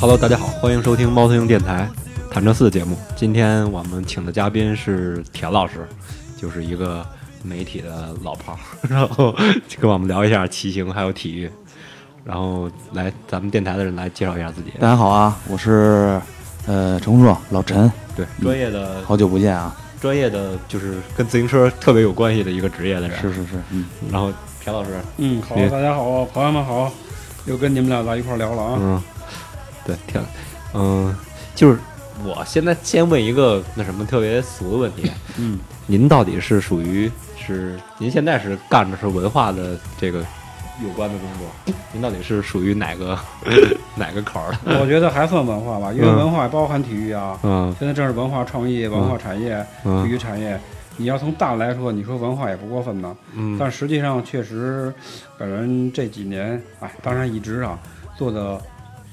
Hello，大家好，欢迎收听猫头鹰电台坦克四节目。今天我们请的嘉宾是田老师，就是一个媒体的老炮儿， 然后就跟我们聊一下骑行还有体育。然后来，咱们电台的人来介绍一下自己。大家好啊，我是呃陈洪硕，老陈，对，专业的好久不见啊！专业的就是跟自行车特别有关系的一个职业的人。是是是，嗯，然后田老师，啊嗯，好别，大家好，朋友们好，又跟你们俩在一块儿聊了啊。嗯，对，挺，嗯，就是我现在先问一个那什么特别俗的问题，嗯，您到底是属于是您现在是干的是文化的这个有关的工作，您到底是属于哪个哪个口儿的？我觉得还算文化吧，因为嗯文化包含体育啊。嗯现在正是文化创意、文化产业、体嗯育产业。你要从大来说，你说文化也不过分呢。嗯但实际上，确实，本人这几年，哎，当然一直啊，做的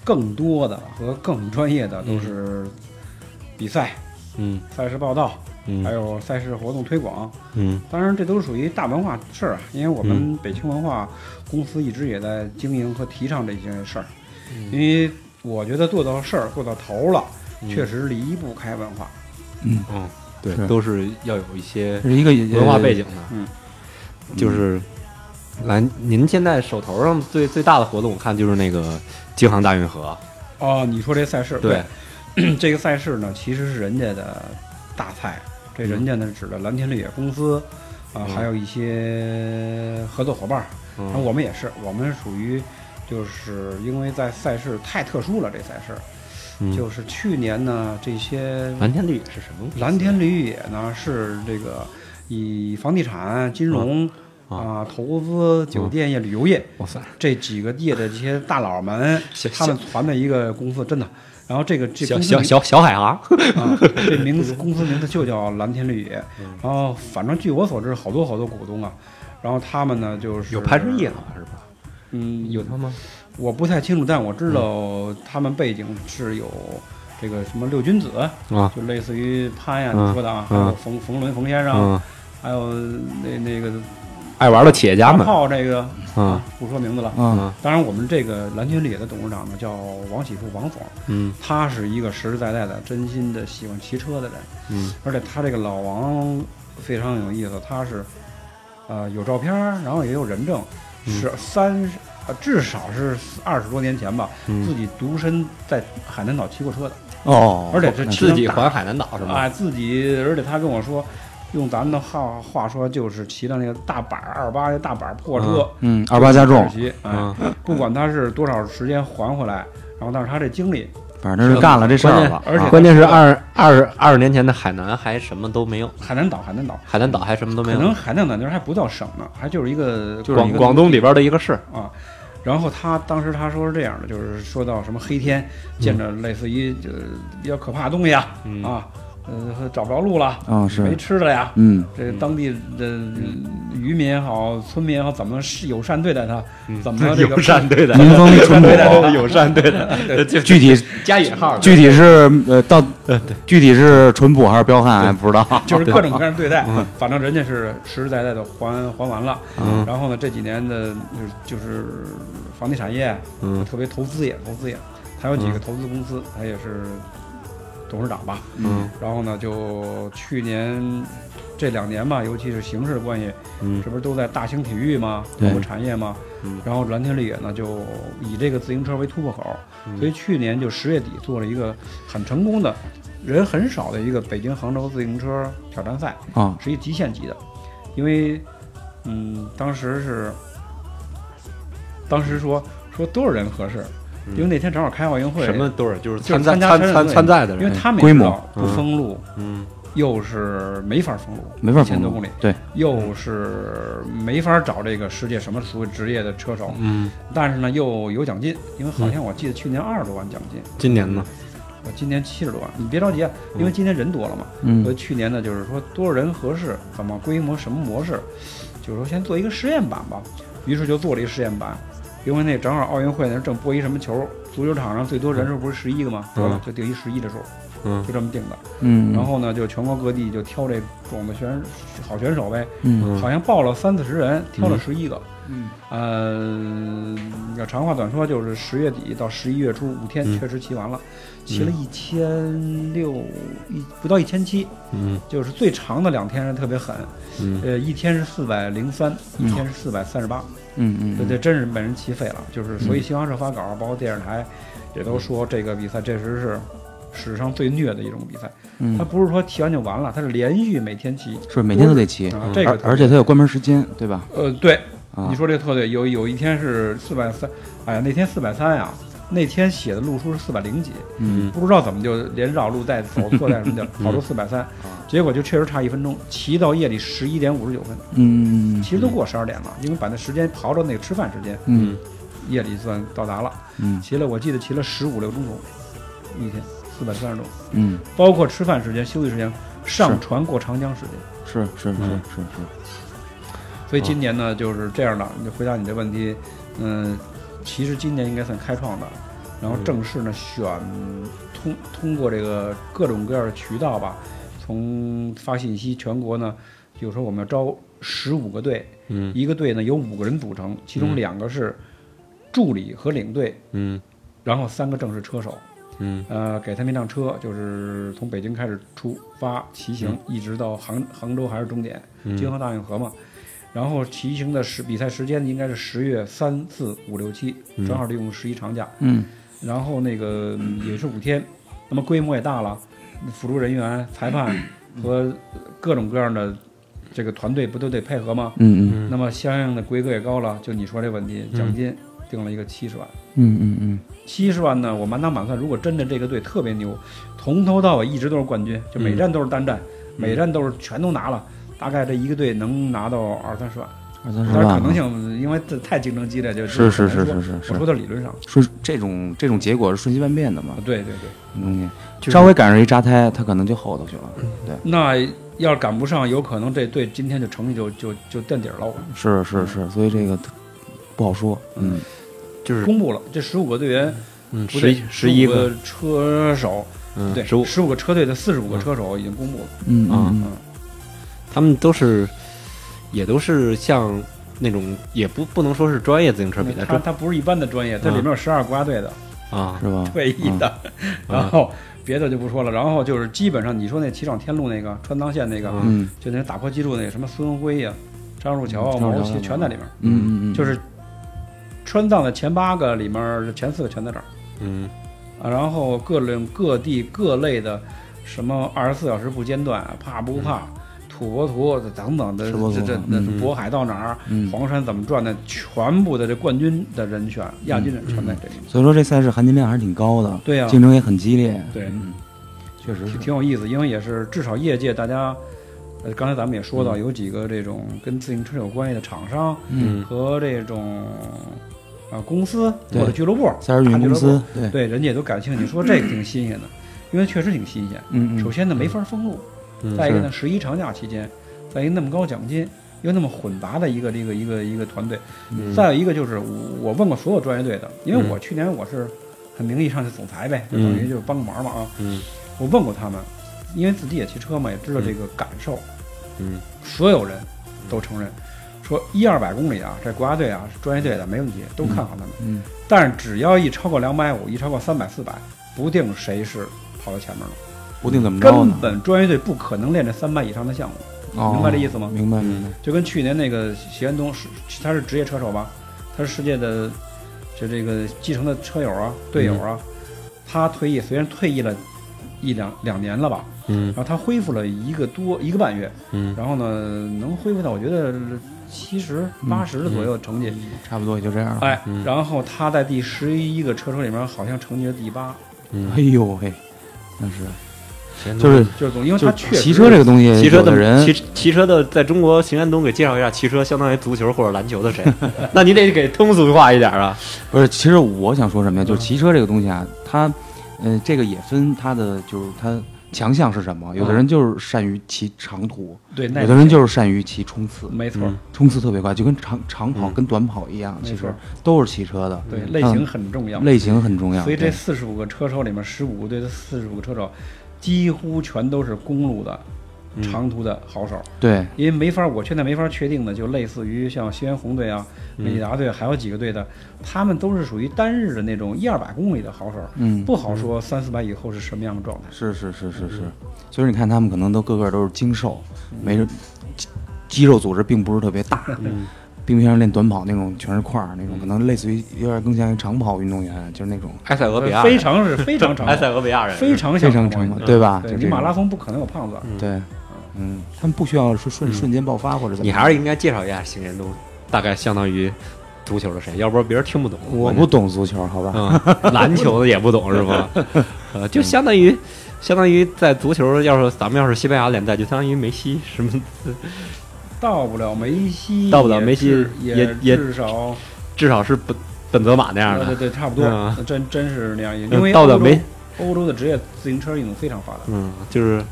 更多的和更专业的都是比赛、嗯赛事报道，还嗯有赛事活动推广。嗯当然，这都是属于大文化事儿啊，因为我们北京文化公司一直也在经营和提倡这些事儿，因为我觉得做到事儿做到头了，嗯确实离不开文化。嗯，对，是都是要有一些这是一个文化背景，的，嗯，就是来，您现在手头上最最大的活动，我看就是那个京杭大运河，哦，你说这赛事，对，对 这个赛事呢，其实是人家的大赛，这人家呢指的蓝天绿野公司啊、嗯还有一些合作伙伴儿，然后嗯啊我们也是，我们属于就是因为在赛事太特殊了，这赛事、嗯就是去年呢这些蓝天绿野是什么公司？蓝天绿野呢是这个以房地产、金融啊啊、投资、酒店业、旅游业哇塞，这几个业的这些大佬们小，他们传的一个公司，真的。然后这个这小公司小小小嗯海航，名啊，这名字 公司名字就叫蓝天绿野。然后反正据我所知，好多好多股东啊，然后他们呢就是有拍摄业好像是吧？嗯，有他吗？我不太清楚，但我知道他们背景是有这个什么六君子，啊，就类似于潘呀嗯你说的啊，还嗯有冯冯仑冯先生，嗯，还有那那个爱玩的企业家大们，炮这个嗯，不说名字了。啊，当然，我们这个蓝天绿野的董事长呢叫王启富，王总，嗯他是一个实实在在的、真心的喜欢骑车的人，嗯而且他这个老王非常有意思，他是呃有照片儿，然后也有人证，嗯是三十呃至少是二十多年前吧，自嗯，己独身在海南岛骑过车的，哦，嗯而且这自己环海南岛是啊、吗？自己，而且他跟我说，用咱们的话话说，就是骑的那个大板儿二八那大板儿破车，嗯，二八加重，骑，哎，嗯，不管他是多少时间还回来，然后但是他这经历，反正是干了这事儿了，而且啊关键是二二二十年前的海南还什么都没有，海南岛，海南岛，海南岛还什么都没可能有，海南岛那儿还不叫省呢，还就是一个广广东里边的一个 市，啊。然后他当时他说是这样的，就是说到什么黑天见着类似于呃比较可怕的东西啊，嗯啊，呃找不着路了，啊没是，吃的呀，嗯，这当地的渔民也好，村民也好，怎么是友善对待他，怎么这个嗯 友善对待，民风淳朴，友善对待，就具体加引号，具体是呃到具体是淳朴还是彪悍还不知啊道，啊就是各种各样的对待，嗯反正人家是实实在在的还还完了。然后呢，这几年的就是就是房地产业，嗯特别投资也投资也，他有几个投资公司，他也是董事长吧。嗯然后呢，就去年这两年吧，尤其是形势的关系，嗯这不是都在大型体育吗？对包括产业吗？嗯然后蓝天绿野呢，就以这个自行车为突破口，嗯所以去年就十月底做了一个很成功的、人很少的一个北京杭州自行车挑战赛，啊，是一极限级的，因为嗯，当时是当时说说多少人合适，因为那天正好开奥运会，嗯什么都是就是就参是赛参加参参参赛参赛的因为人，他们规也知模道不封路，嗯又是没法封路，嗯没法一千多碰公里，对，又是没法找这个世界什么所谓职业的车手，嗯，但是呢又有奖金，因为嗯好像我记得去年二十多万奖金，今年呢？我今年七十多万。你别着急啊，因为今年人多了嘛。所嗯以去年呢，就是说多少人合适，怎么规模，什么模式，就是说先做一个实验版吧。于是就做了一个实验版，因为那正好奥运会那时候正播一什么球，足球场上最多人数不是十一个吗？嗯得了就定一十一的数，嗯就这么定的。嗯，然后呢，就全国各地就挑这种的选好选手呗，嗯好像报了三四十人，挑了十一个，嗯，呃，要长话短说，就是十月底到十一月初五天嗯确实骑完了，骑了一千六一不到一千七，嗯就是最长的两天是特别狠，嗯呃，一天是四百零三，一天是四百三十八，嗯嗯这这真是把人气废了。就是所以新华社发稿，包括电视台也都说这个比赛确实是史上最虐的一种比赛。嗯它嗯，不是说骑完就完了，它是连续每天骑。是每天都得骑，啊嗯，这个而而且它有关门时间，对吧？呃，对，啊你，说这个特对，有有一天是四百三，哎呀，那天四百三呀，那天写的路书是四百零几，嗯不知道怎么就连绕路带走错带什 么的，跑出四百三，嗯结果就确实差一分钟，骑到夜里十一点五十九分，嗯其实都过十二点了，因为把那时间刨到那个吃饭时间，嗯夜里算到达了，嗯骑了我记得骑了十五六钟头，一天四百三十多，嗯，包括吃饭时间、休息时间、上船过长江时间。是是是嗯是是，所以今年呢就是这样的。你就回答你的问题，嗯，其实今年应该算开创的，然后正式呢选通通过这个各种各样的渠道吧，从发信息全国呢，有时候我们要招十五个队，嗯一个队呢由五个人组成，其中嗯两个是助理和领队，嗯然后三个正式车手。嗯呃，给他们一辆车，就是从北京开始出发骑行，嗯一直到杭杭州还是终点，京杭大运河嘛。然后骑行的时比赛时间应该是十月三四五六七，嗯正好利用十一长假。嗯然后那个嗯也是五天，那么规模也大了，辅助人员、裁判和各种各样的这个团队不都得配合吗？嗯嗯那么相应的规格也高了，就你说这问题，嗯奖金定了一个七十万。嗯嗯嗯，七十万呢，我满打满算，如果真的这个队特别牛，从头到尾一直都是冠军，就每站都是单站，嗯每站都是全都拿了，大概这一个队能拿到二三十万，二三十但是可万能吧。性因为这太竞争激烈，就是是是很难是说是是我，说的理论上，啊说这种这种结果是瞬息万变的嘛，对对对，这种东西就是稍微赶上一扎胎，他可能就后头去了。对，那要是赶不上，有可能这队今天就成绩就就就垫底儿了。是是是，所以这个不好说。嗯就是公布了这十五个队员，嗯不十对一十一15个个车手，嗯对，十五嗯十五个车队的四十五个车手已经公布了，嗯啊嗯他们都是，也都是像那种，也不不能说是专业自行车比赛，他这他不是一般的专业，它里面有十二国家队的。啊嗯，是吧？退役的，嗯 然后别的就不说了，然后就是基本上你说那骑上天路那个川藏线那个，嗯嗯就那打破记录那个什么孙辉呀、张树桥、张树毛桥主席全在里面，嗯嗯嗯，就是川藏的前八个里面前四个全在这儿嗯啊，然后各种各地各类的什么二十四小时不间断，怕不怕？土伯图等等的，赤膊这这图那嗯渤海到哪儿，嗯黄山怎么转的，全部的这冠军的人选、亚军人全在这里面。所以说这赛事含金量还是挺高的，对呀、啊竞争也很激烈。对嗯，确实是挺。挺有意思，因为也是至少业界大家，呃，刚才咱们也说到，有几个这种跟自行车有关系的厂商嗯，嗯和这种啊、公司对或者俱乐部，赛事运营公司，对，对人家也都感兴趣，说这个挺新鲜的，因为确实挺新鲜。嗯嗯，首先呢，没法封路；嗯再一个呢，十一长假期间，再一个那么高奖金。又那么混杂的一个这个一个一个团队，嗯再有一个就是我我问过所有专业队的，因为嗯我去年我是很名义上是总裁呗，就等于就是帮个忙嘛啊。嗯我问过他们，因为自己也骑车嘛，也知道这个感受，嗯所有人都承认，说一二百公里啊，这国家队啊，是专业队的没问题，都看好他们。嗯但是只要一超过两百五，一超过三百、四百，不定谁是跑到前面了。不定怎么着根呢。本专业队不可能练这三百以上的项目，哦明白这意思吗明白明白。就跟去年那个席安东是，他是职业车手吧，他是世界的就这个继承的车友啊、队友啊，他退役虽然退役了一两两年了吧，嗯然后他恢复了一个多一个半月，嗯，然后呢，能恢复到我觉得七十嗯八十的左右的成绩，差不多也就这样了。哎，嗯然后他在第十一个车手里面好像成绩是第八，哎呦嘿，那是嗯就是就是总因为就他是确实骑车这个东西，骑车有的人骑骑车的，在中国邢安东给介绍一下，骑车相当于足球或者篮球的 谁？那你得给通俗化一点啊。不是，其实我想说什么呀？嗯就是骑车这个东西啊，它，呃，这个也分它的，就是它强项是什么。嗯有的人就是善于骑长途，对，那有的人就是善于骑冲刺，没错，嗯冲刺特别快，就跟长长跑嗯跟短跑一样，没其实错都是骑车的。对嗯类型很重要，类型很重要。所以这对四十五个车手里面，十五个队的四十五个车手，几乎全都是公路的，嗯长途的好手，对，因为没法，我现在没法确定的，就类似于像西安红队啊、嗯美利达队，还有几个队的，他们都是属于单日的那种一二百公里的好手，嗯，不好说三四百以后是什么样的状态。是是是是是，嗯所以你看他们可能都个个都是精瘦，没什肌肌肉组织并不是特别大，嗯并不像练短跑那种全是块儿那嗯种，可能类似于有点更像一长跑运动员，就是那种埃塞俄比亚人呃非常是非常长跑埃，塞俄比亚人嗯非常非像常长长跑跑，对吧？对就你这马种拉松不可能有胖子，对，嗯，他们不需要说嗯瞬瞬间爆发或者怎么样，你还是应该介绍一下邢建东，大概相当于足球的谁，要不然别人听不懂。我不懂足球，好吧？嗯，篮球的也不懂是 吗？呃，就相当于，相当于在足球，要是咱们要是西班牙联赛，就相当于梅西什么，到不了梅西，到不了梅西也也至也至少，至少是本本泽马那样对对的。对，差不多，嗯真真是那样，因嗯为到不了欧洲梅，欧洲的职业自行车运动非常发达。嗯，就是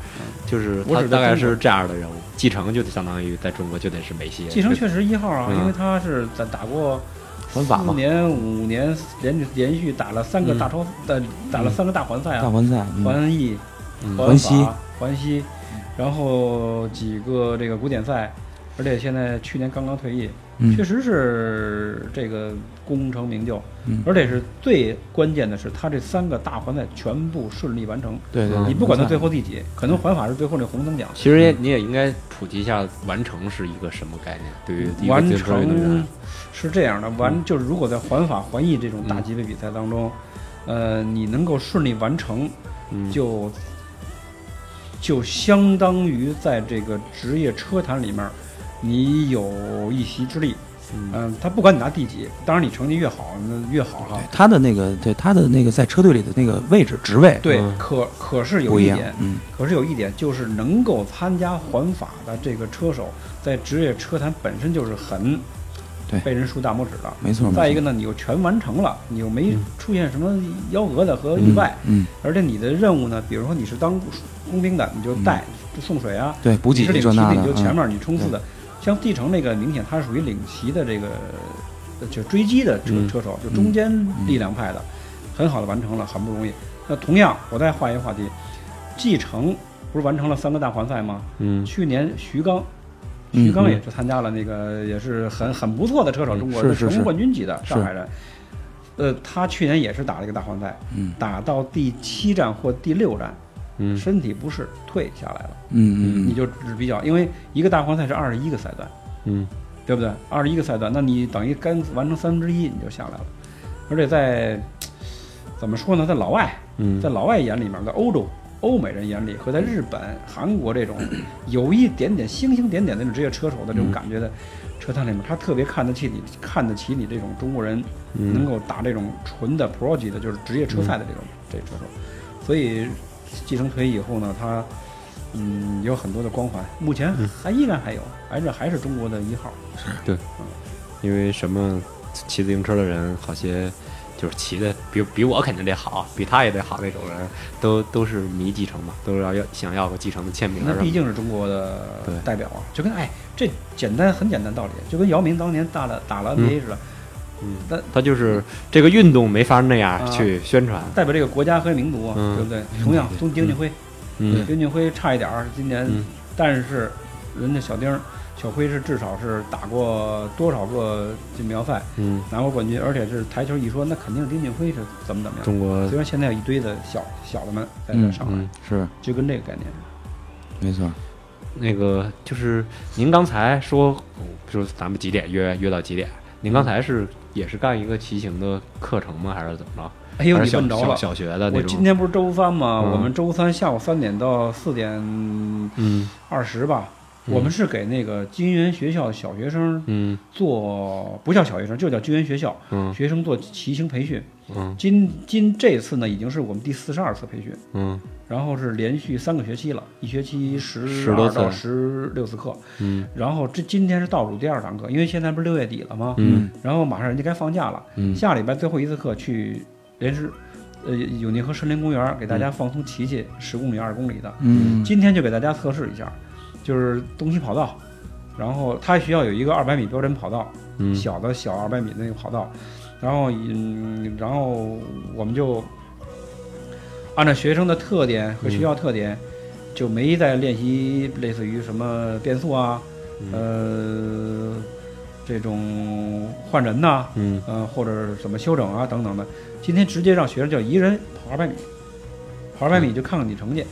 就是我他指的大概中国是这样的人物，继承就得相当于在中国就得是梅西。继承确实一号啊，嗯因为他是在打过反法四嘛，年、五年连续连续打了三个大超，呃，打了三个大环赛大啊，环赛，嗯环意、嗯环环西法、环西，然后几个这个古典赛，而且现在去年刚刚退役，确嗯实是这个功成名就，嗯，而且是最关键的是他这三个大环赛全部顺利完成，对对，嗯对你不管他最后第几，可能环法是最后那红灯奖。其实也你也应该普及一下完成是一个什么概念，对于一个嗯完自行车运动成员。是这样的，完就是如果在环法、环意这种大级别比赛当中，呃，你能够顺利完成，嗯，就就相当于在这个职业车坛里面儿，你有一席之地。嗯嗯，他不管你拿第几，当然你成绩越好，那越好了。他的那个对他的那个在车队里的那个位置职位对，嗯可可是有不一一样点，，嗯，可是有一点就是能够参加环法的这个车手，在职业车坛本身就是很对被人竖大拇指的。没错，没错再一个呢，你又全完成了，你又没出现什么幺蛾子和意嗯外，嗯，而且你的任务呢，比如说你是当工兵的，你就带、嗯送水啊，对，补补给是领这旗那的，的，你就前嗯面你冲刺的。像地城那个明显他是属于领旗的这个呃就追击的车、嗯车手，就中间力量派的，很好的完成了，很不容易。那同样，我再换一个话题，继承不是完成了三个大环赛吗？嗯去年徐刚，嗯徐刚也嗯是参加了那个，也是很很不错的车手，嗯中国是的是全是国冠军级的是上海人。呃，他去年也是打了一个大环赛，嗯打到第七站或第六站，嗯身体不适退下来了。嗯你嗯就只比较，因为一个大环赛是二十一个赛段，嗯对不对？二十一个赛段，那你等于干完成三分之一你就下来了，而且在怎么说呢，在老外嗯在老外眼里面，在欧洲、欧美人眼里和在日本、韩国这种有一点点星星点点的那种职业车手的这种感觉的车坛里面，他特别看得起你，看得起你这种中国人能够打这种纯的 pro 级的，就是职业车赛的这种这车手。所以继承退役以后呢，他嗯有很多的光环，目前还依然还有，而且还是中国的一号。因为什么骑自行车的人，好些就是骑的比比我肯定得好，比他也得好那种人，都都是迷继承嘛，都是要要想要个继承的签名啊那什么毕的。竟是中国的嗯对代表啊，就跟哎这简单很简单道理，就跟姚明当年打了打了 NBA 似的。嗯那，他就是这个运动没法那样啊去宣传。代表这个国家和民族啊，嗯对不对？同样，从丁俊晖，嗯丁俊晖差一点儿，今年，嗯但是人家小丁儿小辉是至少是打过多少个锦标赛，嗯，拿过冠军，而且是台球一说，那肯定丁俊晖是怎么怎么样。中国虽然现在有一堆的小小的们在这嗯上海，嗯是就跟这个概念。没错，那个就是您刚才说，就是咱们几点约约到几点？您刚才是也是干一个骑行的课程吗？还是怎么着？哎呦，还是小你问着小了。小学的那我种。今天不是周三吗？嗯我们周三下午三点到四点嗯二十吧，嗯我们是给那个金源学校的小学生嗯做，不叫小学生，就叫金源学校。嗯学生做骑行培训。嗯今今这次呢，已经是我们第四十二次培训，嗯然后是连续三个学期了，一学期十10多二次到十六次课。嗯然后这今天是倒数第二堂课，因为现在不是六月底了吗？嗯然后马上人家该放假了，嗯下礼拜最后一次课去莲池，呃，永定河森林公园给大家放松骑骑嗯十公里、二十公里的。嗯今天就给大家测试一下，就是东西跑道，然后它学校有一个二百米标准跑道，嗯，小的小二百米的那个跑道，然后嗯，然后我们就按照学生的特点和学校特点，就没再练习类似于什么变速啊，呃，这种换人呐、嗯呃，或者是怎么修整啊等等的。今天直接让学生就一人跑二百米，跑二百米就看看你成绩。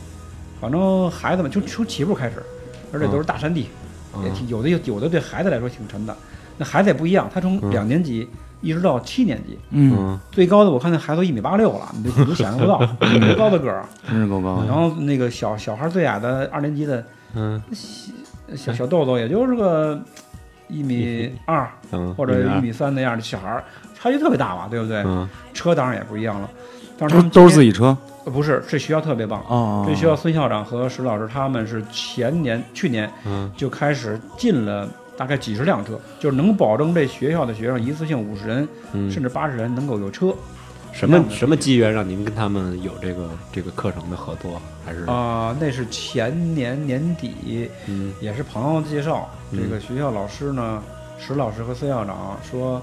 反正孩子们就从起步开始，而且都是大山地，也挺有的有有的对孩子来说挺沉的。那孩子也不一样，他从嗯两年级一直到七年级，嗯，嗯最高的我看那孩子都一米八六了，你都你都想象不 到多高的个儿。真是够高然的。后那个小小孩最矮的二年级的嗯小小豆豆，也就是个哎一米二嗯，或者一米三那样的小孩儿，差距特别大嘛，对不对？嗯车当然也不一样了，但都是他是们都是自己己车不是，这学校特别棒。哦这学校孙校长和石老师他们是前年、去年嗯就开始进了大概几十辆车，就是能保证这学校的学生一次性五十人嗯，甚至八十人能够有车什么什么机缘让您跟他们有这个这个课程的合作？还是啊、那是前年年底嗯也是朋友介绍，嗯这个学校老师呢，石老师和孙校长说，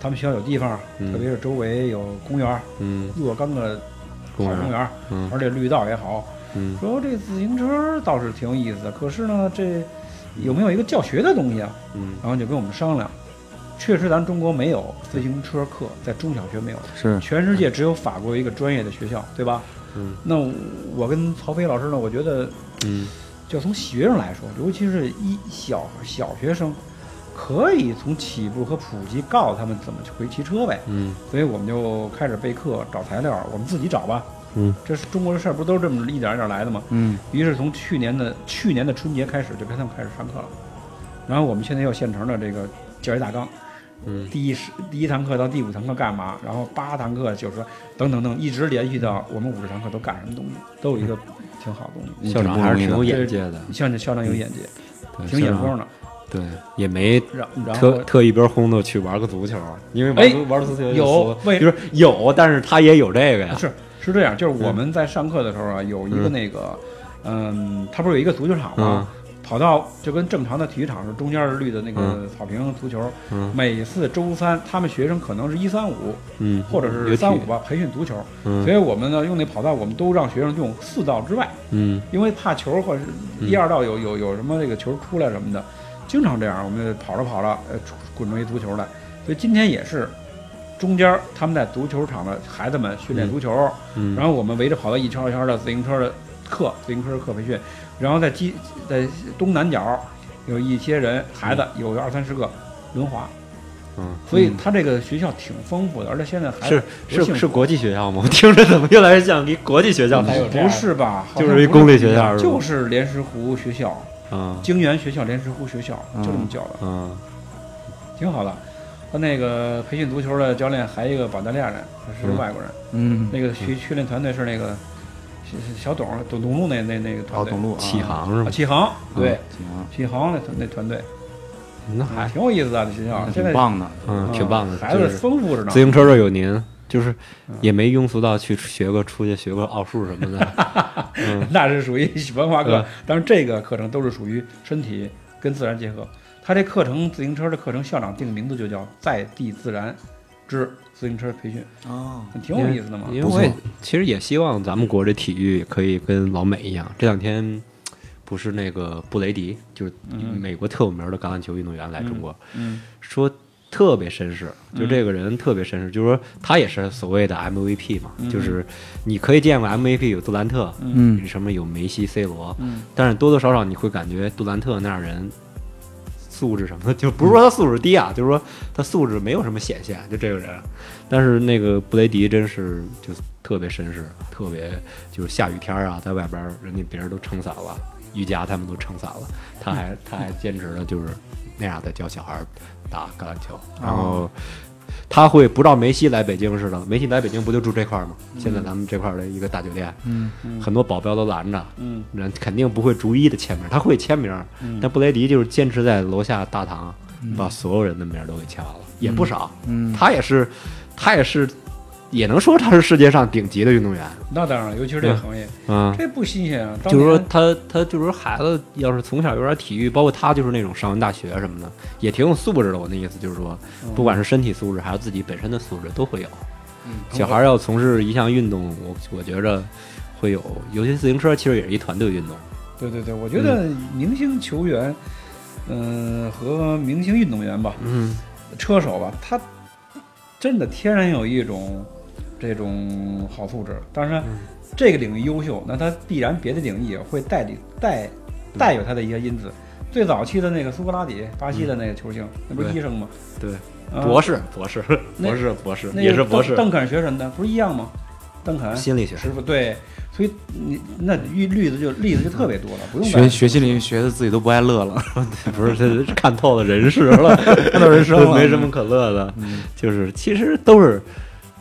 他们学校有地方，嗯特别是周围有公园儿，嗯若干个好公公园园儿，嗯而且绿道也好。嗯说这自行车倒是挺有意思的，可是呢，这有没有一个教学的东西啊？嗯然后就跟我们商量，确实咱中国没有自行车课，在中小学没有，是全世界只有法国有一个专业的学校，对吧？嗯那我跟曹飞老师呢，我觉得嗯就从学生来说，尤其是一小小学生，可以从起步和普及告诉他们怎么去会骑车呗。嗯所以我们就开始备课找材料，我们自己找吧。嗯，这是中国的事儿，不都这么一点儿一点儿来的吗？嗯于是从去年的去年的春节开始，就跟他们开始上课了。然后我们现在又现成的这个教学大纲，嗯第一十第一堂课到第五堂课干嘛，然后八堂课就是说等等等，一直连续到我们五十堂课都干什么东西，都有一个挺好的东西。嗯，校长还是挺有眼界的，你像这校长有眼界，对挺眼光，校的。长对，也没然然特后特意边轰的去玩个足球，因为玩哎足玩足球有为就是有，但是他也有这个呀，是是这样，就是我嗯们在上课的时候啊，有一个那个，嗯，它不是有一个足球场吗？跑道就跟正常的体育场是中间是绿的那个嗯草坪足球，嗯每次周三他们学生可能是一三五嗯，或者有是体三五吧培训足球，嗯所以我们呢用那跑道，我们都让学生用四道之外，嗯因为怕球或者是嗯一二道有有有什么这个球出来什么的，经常这样，我们就跑着跑着呃出滚出一足球来，所以今天也是。中间他们在足球场的孩子们训练嗯足球，嗯，然后我们围着跑道一圈儿一圈儿的自行车的课，自行车的课培训，然后在基在东南角有一些人孩子有二三十个轮滑，嗯，所以他这个学校挺丰富的，而且现在孩子是多幸是福是国际学校吗？我听着怎么越来越像一国际学校还有不是吧？好像就是一不公立学校不一样是吧就是莲石湖学校、啊京源学校、莲石湖学校，就这么叫的，嗯挺好的。他那个培训足球的教练还有一个保加利亚人，他是嗯外国人。嗯，那个训训练团队是那个小小董董董路那那那个团哦，队，董路启啊，航是啊，吗？启航，嗯对，啊启嗯航，启航那团那团队那还还挺有意思的，这学校那现在挺棒的。哎嗯啊挺棒的，孩就子是丰富着呢嗯自。行车这有您，就是也没庸俗到去学个出去学个奥数什么的， 那是属于文化课嗯，但是这个课程都是属于身体跟自然结合。他这课程自行车的课程，校长定名字就叫“在地自然之自行车培训哦，”，挺有意思的嘛。嗯因为不我也错其实也希望咱们国这体育可以跟老美一样，这两天。不是那个布雷迪，就是美国特有名的橄榄球运动员来中国，嗯说特别绅士，嗯就这个人特别绅士，就是说他也是所谓的 MVP 嘛，就是你可以见过 MVP 有杜兰特，嗯什么有梅西、C 罗，嗯，但是多多少少你会感觉杜兰特那样人素质什么的， 就不是说他素质低啊，就是说他素质没有什么显现，就这个人。但是那个布雷迪真是就特别绅士，特别就是下雨天啊，在外边儿人家别人都撑伞了，瑜伽他们都撑伞了，他还他还坚持的就是那样的教小孩儿打橄榄球，然后。他会不照梅西来北京似的，梅西来北京不就住这块儿吗？现在咱们这块儿的一个大酒店，嗯，很多保镖都拦着，嗯人肯定不会逐一的签名，他会签名，但布雷迪就是坚持在楼下大堂嗯把所有人的名儿都给签完了，也不少。嗯他也是，他也是，也能说他是世界上顶级的运动员那当然了，尤其是这个行业，啊。这不新鲜啊。当就是说年他，他就是说孩子要是从小有点体育，包括他就是那种上完大学什么的，也挺有素质的。我那意思就是哦说，嗯不管是身体素质还是自己本身的素质都会有。小孩儿要从事一项运动，我我觉着会有，尤其自行车其实也是一团队运动。对对对，我觉得嗯明星球员，嗯、和明星运动员吧，嗯车手吧，他真的天然有一种这种好素质。当然嗯，这个领域优秀，那他必然别的领域也会带领带带有他的一些因子。最早期的那个苏格拉底，巴西的那个球星，那不是对医生吗？对，啊博士博士那博士博士那也个是博邓士，邓肯学什么的？不是一样吗？邓肯心理学师傅对，所以你那例例子就例子就特别多了，不用学学心理学的自己都不爱乐了。不是这是看透了人世 了，看透人生 了没什么可乐的，嗯，就是其实都是，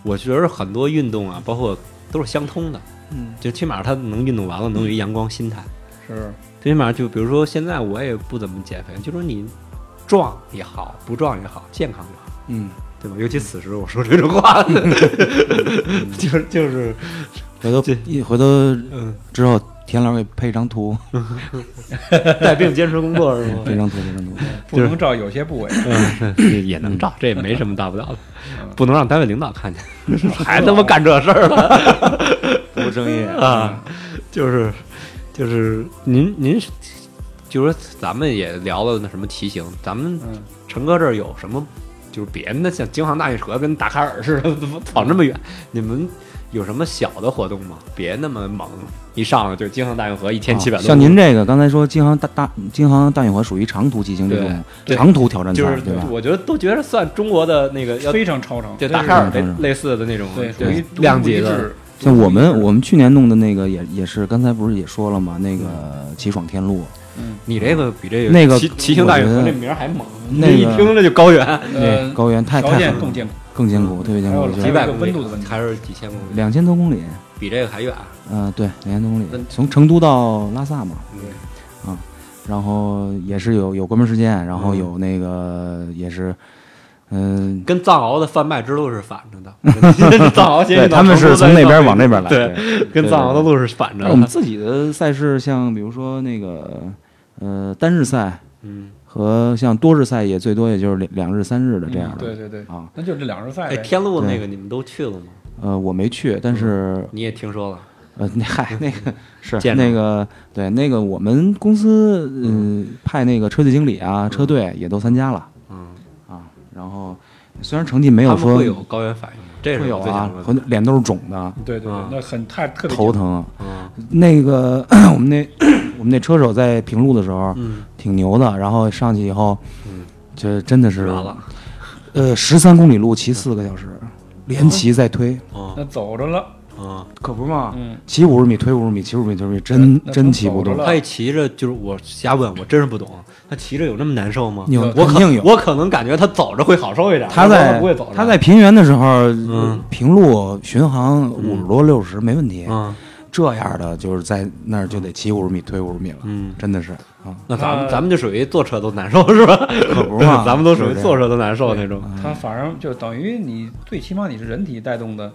我觉得很多运动啊，包括都是相通的，嗯就起码他能运动完了能有一阳光心态。是最起码就比如说现在我也不怎么减肥，就说你壮也好，不壮也好，健康就好，嗯，对吧？尤其此时我说这种话， 就是就是回头这一回头嗯，之后，田老师给配一张图，带病坚持工作是吗配？一张图，配一张图。不能照有些部位。嗯，是也能照，这也没什么大不了的嗯，不能让单位领导看见， 还他妈干这事儿了。不务正业啊， 就是就是您您是，就说咱们也聊了那什么骑行，咱们嗯，陈哥这儿有什么就是别的像京杭大运河跟达喀尔似的怎么跑那么远，你们有什么小的活动吗？别那么猛，一上来就京杭大运河一千七百多，哦像您这个刚才说京杭大大京杭大运河属于长途骑行这种对对长途挑战就是赛，对吧？我觉得都觉得算中国的那个要非常超常，就这达是喀尔类这是类似的那种对，属对于量级级的，的。嗯像我们我们去年弄的那个也也是，刚才不是也说了吗？那个骑爽天路，嗯，你这个比这个那个骑骑行大运河我觉那得名儿还猛，那一个听这就高原。那呃，高原太条太件狠更了，艰苦。更艰苦，特别艰苦，还我有觉几得百这个公里温度的问题还是几千公里，两千多公里，比这个还远。嗯，对，两千多公那里，从成都到拉萨嘛，啊嗯，然后也是有有关门时间，然后嗯有那个也是，嗯，跟藏獒的贩卖之路是反着 的。藏獒先对，他们是从那边往那边来，对，跟藏獒的路是反着 那我们的。嗯自己的赛事，像比如说那个呃单日赛嗯，和像多日赛，也最多也就是两两日、三日的这样嗯的。对对对，啊，那就这两人赛哎，呗。天路那个你们都去了吗？呃，我没去，但是你也听说了？呃，那嗨，那 个是见着那个对那个我们公司嗯、派那个车队经理啊、车队也都参加了嗯，啊，然后虽然成绩没他有们说会有高原反应吗，这是会有我最啊想，和问的。脸都是肿的，对对对嗯，那很太特别头疼。啊嗯那个 我们那我们那车手在平路的时候嗯挺牛的，然后上去以后嗯，这真的吃是完了。呃，十三公里路骑四个小时，连骑再推，嗯那走着了，嗯，可不嘛嗯，骑五十米推五十米，骑五十米推五十米，真那真成骑不走着动。了他一骑着就是我瞎问，我真是不懂，他骑着有那么难受吗？有，我肯定可有。我可能感觉他走着会好受一点，他要在不然我不会走着。他在平原的时候嗯，平路巡航五十多六十没问题。嗯这样的就是在那儿就得骑五十米推五十米了，嗯，真的是啊，那咱们他咱们就属于坐车都难受是吧？可不嘛， 咱们都属于是这样啊坐车都难受那种。它反正就等于你最起码你是人体带动的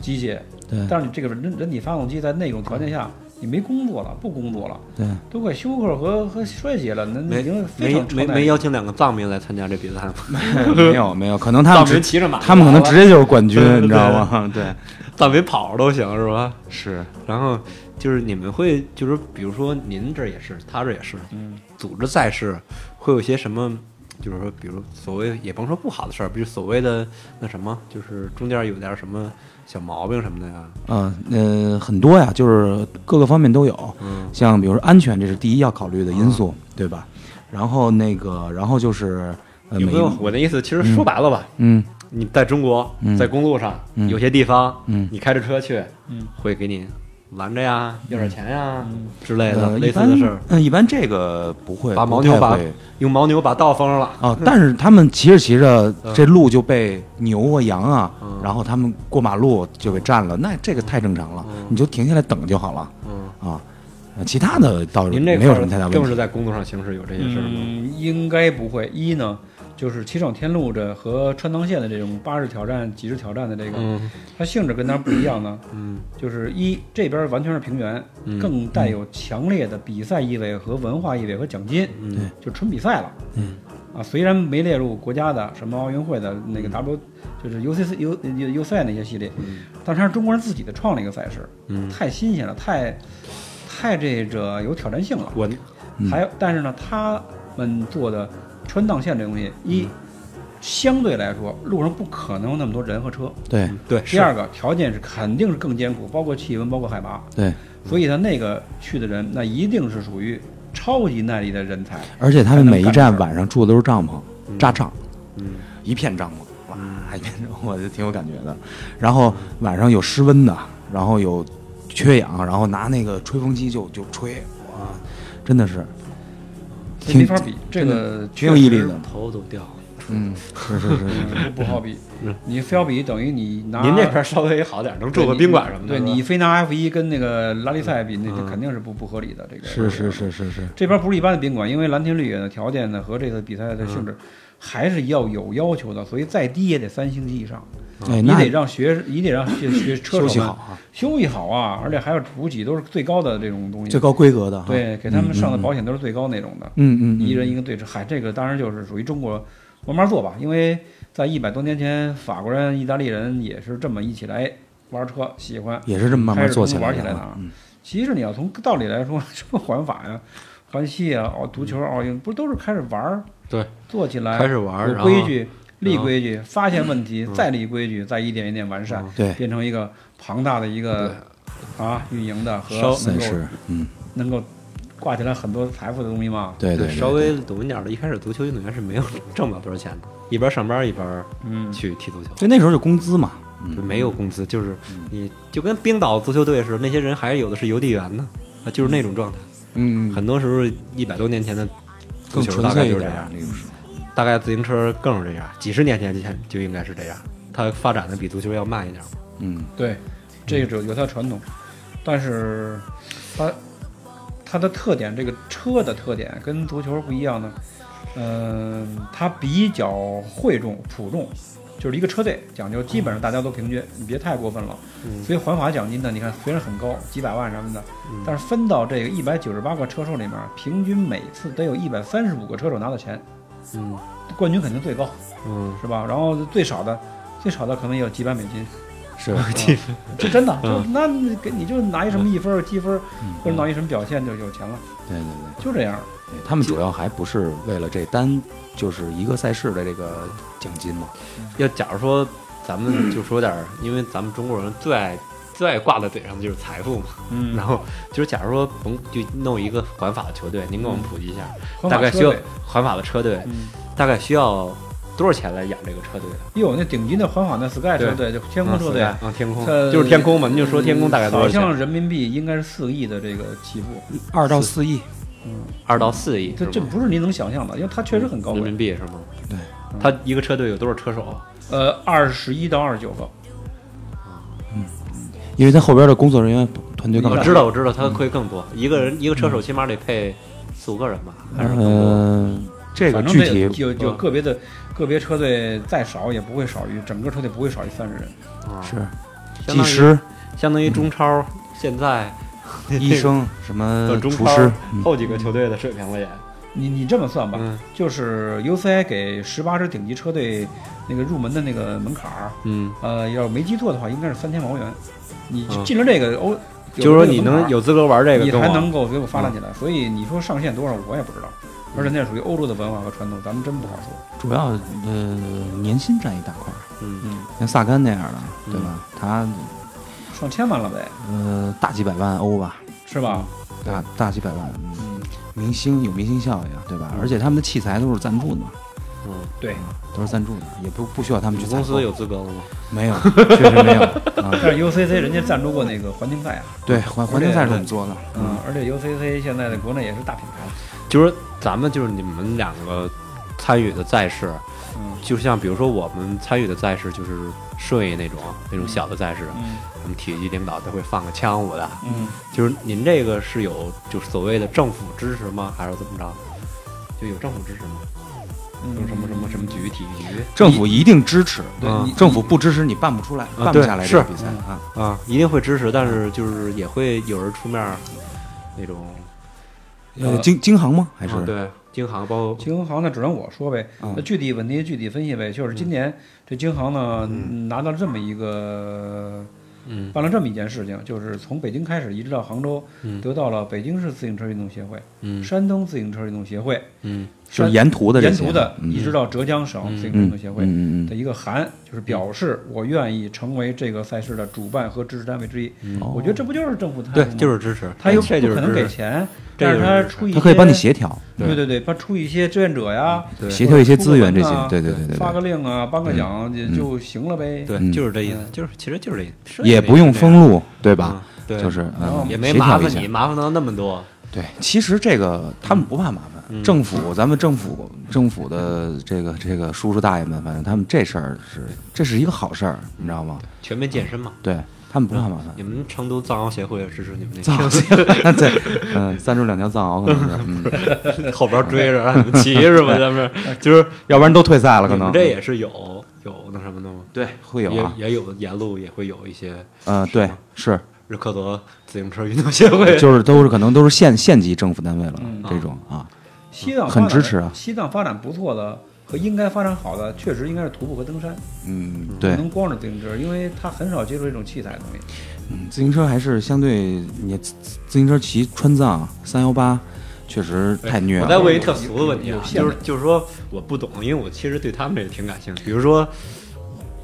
机械，嗯对但是你这个人人体发动机在那种条件下。你没工作了，不工作了，对，都快休克和和衰竭了，那那没已经非没常没超耐没力邀请两个藏民来参加这比赛吗？ 没有没有，可 能他藏们民直骑着马，他们可能直接就是冠 军，对你知道吗？ 对， 藏民跑着都行是吧？是然后就是你们会就是比如说您这儿也是，他这儿也是，嗯，组织赛事会有一些什么？就是说，比如所谓也甭说不好的事儿，比如所谓的那什么，就是中间有点什么小毛病什么的呀。啊，呃，很多呀，就是各个方面都有，嗯像比如说安全，这是第一要考虑的因素，对吧？然后那个，然后就是呃，有每没有？我的意思其实说白了吧，嗯你在中国，嗯在公路上、嗯有些地方，嗯你开着车去，嗯会给你拦着呀，要点钱呀、嗯之类的、呃，类一似般的事儿。嗯，一般这个不会把嗯不牦牛太拔会用牦牛把道封上了，啊，但是他们骑着骑着嗯，这路就被牛啊羊啊嗯，然后他们过马路就给占了，那这个太正常了嗯，你就停下来等就好了嗯，啊。呃其他的倒是您这没有什么太块大儿问正是题。在公路上行驶有这些事儿吗？嗯，应该不会。一呢，就是骑爽天路这和川藏线的这种八日挑战、几日挑战的这个，嗯它性质跟那儿不一样呢。嗯就是一这边完全是平原，嗯更带有强烈的比赛意味和文化意味和奖金，嗯就纯比赛了。嗯，啊，虽然没列入国家的什么奥运会的那嗯个 W，、就是 UCC U 呃 U U 赛那些系列，但是它是中国人自己的创了一个赛事，嗯太新鲜了，太太这个有挑战性了。我嗯还有，但是呢，他们做的穿档线这东西，一、嗯相对来说路上不可能有那么多人和车。对对第二个条件是肯定是更艰苦，包括气温，包括海拔。对，所以呢，那个去的人，那一定是属于超级耐力的人才。而且他们每一站晚上住的都是帐篷，扎帐，嗯一片帐篷，哇，一片帐篷，我就挺有感觉的。然后晚上有湿温的，然后有缺氧，然后拿那个吹风机就就吹，哇，真的是这挺没法比，这个挺有毅力的。头都掉了。嗯，是是是，嗯不不好比。你非要比，等于你拿您这边稍微好点，能住个宾馆什么的。对你是吧非拿 F 一跟那个拉力赛比，那这肯定是不不合理的。这个是是是是是，这边不是一般的宾馆，因为蓝天绿野的条件呢和这次比赛的性质还是要有要求的，所以再低也得三星级以上。哎，你那得让学，你得让学学车休手息们好啊休息好啊，而且还要补给，都是最高的这种东西。最高规格的哈，啊嗯对，给他们上的保险都是最高那种的，嗯，嗯嗯，一人一个对车。嗨，这个当然就是属于中国慢慢做吧，因为在一百多年前，法国人、意大利人也是这么一起来玩车，喜欢。也是这么慢慢做起来开始玩起来的啊嗯其实你要从道理来说，什么环法呀、环西啊、哦足球、奥运，不是都是开始玩儿对，做起来，开始玩儿有然后规矩、立然后嗯规矩、发现问题、再立规矩，再一点一点完善，对变成一个庞大的一个啊运营的和稍能赛够事，嗯，能够挂起来很多财富的东西嘛。对对，稍微懂一点的，一开始足球运动员是没有挣不了多少钱的，一边上班一边嗯，去踢足球。对，那时候就工资嘛，就嗯，没有工资，就是你就跟冰岛足球队似的，那些人还有的是邮递员呢，啊，就是那种状态。嗯，很多时候一百多年前的足更球纯大概粹一就是这点样，那种是，大概自行车更是这样，几十年前前就应该是这样，它发展的比足球要慢一点。嗯，对，这个有有它的传统，但是它它的特点，这个车的特点跟足球不一样呢。嗯、它比较会众、普众，就是一个车队讲究，基本上大家都平均，你别太过分了。嗯所以环法奖金呢，你看虽然很高，几百万什么的，但是分到这个一百九十八个车手里面，平均每次得有一百三十五个车手拿到钱，嗯冠军肯定最高，嗯，是吧？然后最少的，最少的可能也有几百美金，是，这真的，就嗯那你给你就拿一什么一分儿、积分儿，或者拿一什么表现就有钱了，对对对。就这样。对他们主要还不是为了这单就是一个赛事的这个奖金嘛，要假如说咱们就说点儿，因为咱们中国人最爱最爱挂在嘴上的就是财富嘛。嗯然后就是假如说甭就弄一个环法的球队，您给我们普及一下，嗯环大法概车需要队环法的车队嗯，大概需要多少钱来养这个车队？哟，那顶级的环法那 Sky 对车队，就天空车队，啊，天空呃就是天空嘛，您就说天空大概多好少钱？像人民币应该是四个亿的这个起步，二到四亿，二到四亿，这这是吗不是您能想象的，因为它确实很高人贵民。币是吗？对，他一个车队有多少车手啊？呃，二十一到二十九个，因为他后边的工作人员团队更我大，知道，我知道，他会更多。一个人一个车手起码得配四五个人吧，还是更多？嗯，呃这个反正具得有体有有嗯个别的个别车队再少也不会少于整个车队不会少于三十人。啊是相技当于师、相当于中超现在医生、什呃么中厨超师，哦后几个球队的水平了也。你你这么算吧，嗯就是 UCI 给十八支顶级车队那个入门的那个门槛儿，嗯，呃，要是没记错的话，应该是三千毛元。你嗯进了这个欧，就是说你能有有资格玩这这个，嗯个门槛跟我儿，你还能够给我发展起来。所以你说上限多少，我也不知道。而且那属于欧洲的文化和传统，咱们真不好说。主要呃年薪占一大块儿，嗯嗯，像萨甘那样的，对吧？他上千万了呗，呃大几百万欧吧，是吧？大大几百万，嗯嗯，明星有明星效应，对吧？嗯而且他们的器材都是赞助的嘛，嗯，对。都是赞助的，也不不需要他们你去们采公购司有资格了吗？没有， 确实没有啊。 但是 UCC 人家赞助过那个环境赛啊，对，环环境赛是我们做的，嗯，而且 UCC 现在在国内也是大品牌了。就是咱们就是你们两个参与的赛事，嗯就像比如说我们参与的赛事就是顺义那种那种小的赛事，嗯我们体育局领导都会放个枪舞的。嗯，就是您这个是有就是所谓的政府支持吗？还是怎么着？就有政府支持吗？嗯嗯有什么什么什么局体育局政府一定支持，对啊你政府不支持你办不出来，办不对下来是这个比赛啊。啊，一定会支持，但是就是也会有人出面儿那种，呃，呃京京航吗？还啊是对京航包括京航呢，只能我说呗。啊嗯那具体嗯问题具体分析呗。就是今年这京航呢，拿到这么一个嗯办了这么一件事情，就是从北京开始一直到杭州，嗯得到了北京市自行车运动协会、嗯山东自行车运动协会、嗯就是山沿途的这沿些途的，嗯一直到浙江省自行车运嗯动协嗯会嗯的嗯一个函，就是表示我愿意成为这个赛事的主办和支持单位之一。嗯哦我觉得这不就是政府态度对吗？，就是支持，他又这就不是可能支给持钱，这但就是是他支持出一嗯，他可以帮你些协调，对对对，他出一些志愿者呀，对协调一些出个资源这文些呐，对对对嗯对发个对，令啊，颁个奖也就行了呗。对，嗯就是这意思，就是其实就是这意思，也不用封路，路，对吧？嗯对，就是嗯，也没协麻调一烦下你，。麻烦到那么多，对，其实这个他们不怕麻烦，嗯政府咱们政府政府的这个这个叔叔大爷们，反正他们这事儿是这是一个好事儿，你知道吗？全民健身嘛。对他们不怕麻烦。 你们成都藏獒协会支持你们那藏獒， 对，嗯，赞助两条藏獒可能是，嗯，个， 后边追 着让你们骑是吧？咱们就是要不然都退赛了，可你能们这也是有有那什么的吗？对会有啊，也也有沿路也会有一些嗯，对， 是，日喀则自行车运动协会，就是都是可能都是县县级政府单位了嗯这种啊，西藏很发展支持啊西藏发展不错的和应该发展好的，确实应该是徒步和登山，嗯，不对，能光是自行车，因为它很少接触这种器材的东西。嗯，自行车还是相对你自自行车骑川藏三幺八，确实太虐我再了。问一特俗的问题有啊有，限就是就是说我不懂，因为我其实对他们这个挺感兴趣。比如说，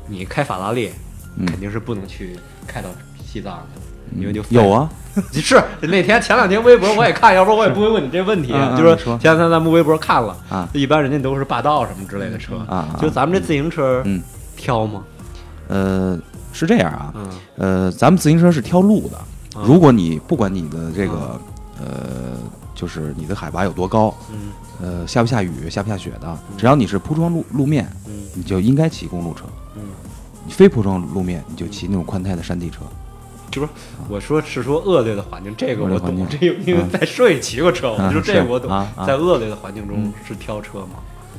你开法拉利，嗯肯定是不能去开到西藏去，因为就有啊， 是那天前两天微博我也看，要不然我也不会问你这问题。嗯嗯就是你说前两天咱们微博看了，啊一般人家都是霸道什么之类的车，啊，就咱们这自行车，嗯，挑吗？呃是这样啊，嗯，呃，咱们自行车是挑路的，啊如果你不管你的这个呃，就是你的海拔有多高，嗯呃，下不下雨、下不下雪的，只要你是铺装路路面，嗯你就应该骑公路车；嗯，你非铺装路面，你就骑那种宽胎的山地车。就是我说是说恶劣的环境，这个恶我劣环懂，境这因为嗯在顺义骑过车，哦我嗯就这个我是懂啊，啊在恶劣的环境中是挑车吗？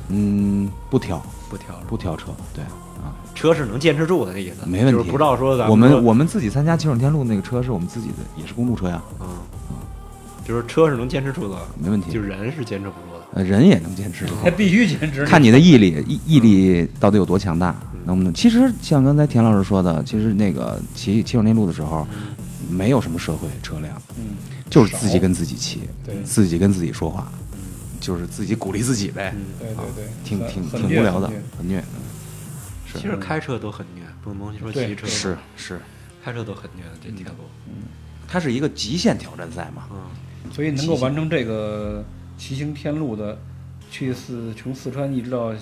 嗯，不挑不挑，不挑车，对。车是能坚持住的，这意思没问题就是不知道说咱我们我我们自己参加骑手天路那个车是我们自己的，也是公路车呀，嗯，就是车是能坚持住的，没问题。就人是坚持不住的。呃，人也能坚持住，它必须坚持。看你的毅嗯力，毅毅力到底有多强大嗯，能不能？其实像刚才田老师说的，其实那个骑骑手天路的时候，嗯没有什么社会车辆，嗯，就是自己跟自己骑对，自己跟自己说话，嗯就是自己鼓励自己呗，对对对，挺嗯很挺很挺虐无聊的很虐，嗯很虐。其实开车都很虐，不能说骑对车是是，开车都很虐的这铁路。它是一个极限挑战赛嘛，嗯嗯所以能够完成这个骑行天路的，去四从四川一直到